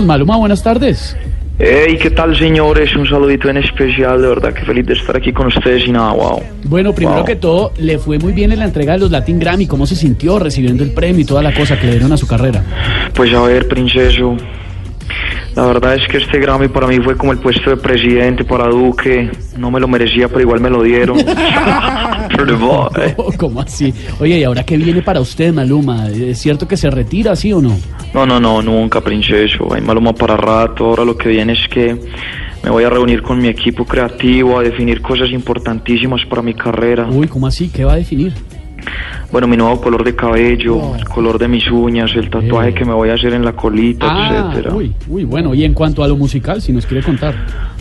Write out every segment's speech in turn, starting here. Maluma, buenas tardes. Hey, ¿qué tal, señores? Un saludito en especial, de verdad que feliz de estar aquí con ustedes y nada, wow. Bueno, primero Wow. que todo, le fue muy bien en la entrega de los Latin Grammy. ¿Cómo se sintió recibiendo el premio y toda la cosa que le dieron a su carrera? Pues a ver, princeso, la verdad es que este Grammy para mí fue como el puesto de presidente para Duque, no me lo merecía, pero igual me lo dieron. Pero, boy. Oh, ¿Cómo así? Oye, ¿y ahora qué viene para usted, Maluma? ¿Es cierto que se retira, sí o no? No, no, no, nunca, princeso, hay maloma para rato, ahora lo que viene es que me voy a reunir con mi equipo creativo a definir cosas importantísimas para mi carrera. Uy, ¿cómo así? ¿Qué va a definir? Bueno, mi nuevo color de cabello, el color de mis uñas, el tatuaje Eh. que me voy a hacer en la colita, Ah, etcétera. uy, uy, bueno. Y en cuanto a lo musical, si nos quiere contar.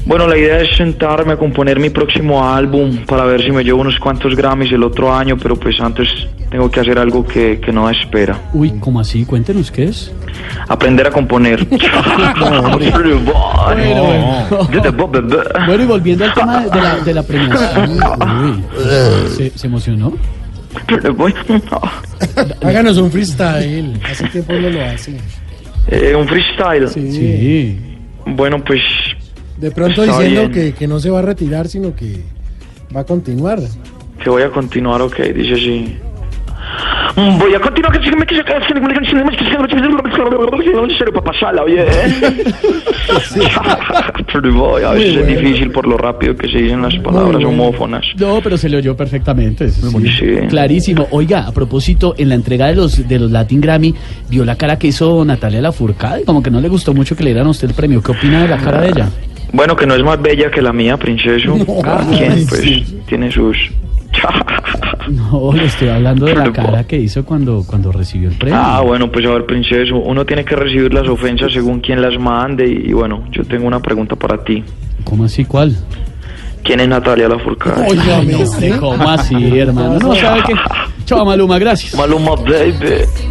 Bueno, la idea es sentarme a componer mi próximo álbum para ver si me llevo unos cuantos Grammys el otro año, pero pues antes tengo que hacer algo que, que no espera. Uy, ¿cómo así? Cuéntenos qué es. Aprender a componer. Bueno, y volviendo al tema de de la, de la premiación. Uy, ¿se, se emocionó? Háganos un freestyle. Hace tiempo no lo hace. Eh, un freestyle. Sí. Bueno, pues De pronto Está diciendo bien. que, que no se va a retirar, sino que va a continuar. que voy a continuar, ok, dice así. Voy a continuar que me quise quedar sin ninguna canción, más que se me quise para pasarla, oye. ¿eh? Pero voy, a veces es difícil por lo rápido que se dicen las palabras homófonas. No, pero se le oyó perfectamente. sí, bonito. Clarísimo. Oiga, a propósito, en la entrega de los de los Latin Grammy, vio la cara que hizo Natalia Lafourcade, como que no le gustó mucho que le dieran a usted el premio. ¿Qué opina de la cara de ella? Bueno, que no es más bella que la mía, princeso. Cada quien, pues, tiene sus. No, Oh, le estoy hablando de la Pero- cara que hizo cuando cuando recibió el premio. Ah, bueno, pues a ver, princeso, uno tiene que recibir las ofensas según quien las mande. Y, y bueno, yo tengo una pregunta para ti. ¿Cómo así cuál? ¿Quién es Natalia Lafourcade? Ay, no, hombre, ¿cómo así, hermano? No sabe que Chao, Maluma, gracias. Maluma, baby.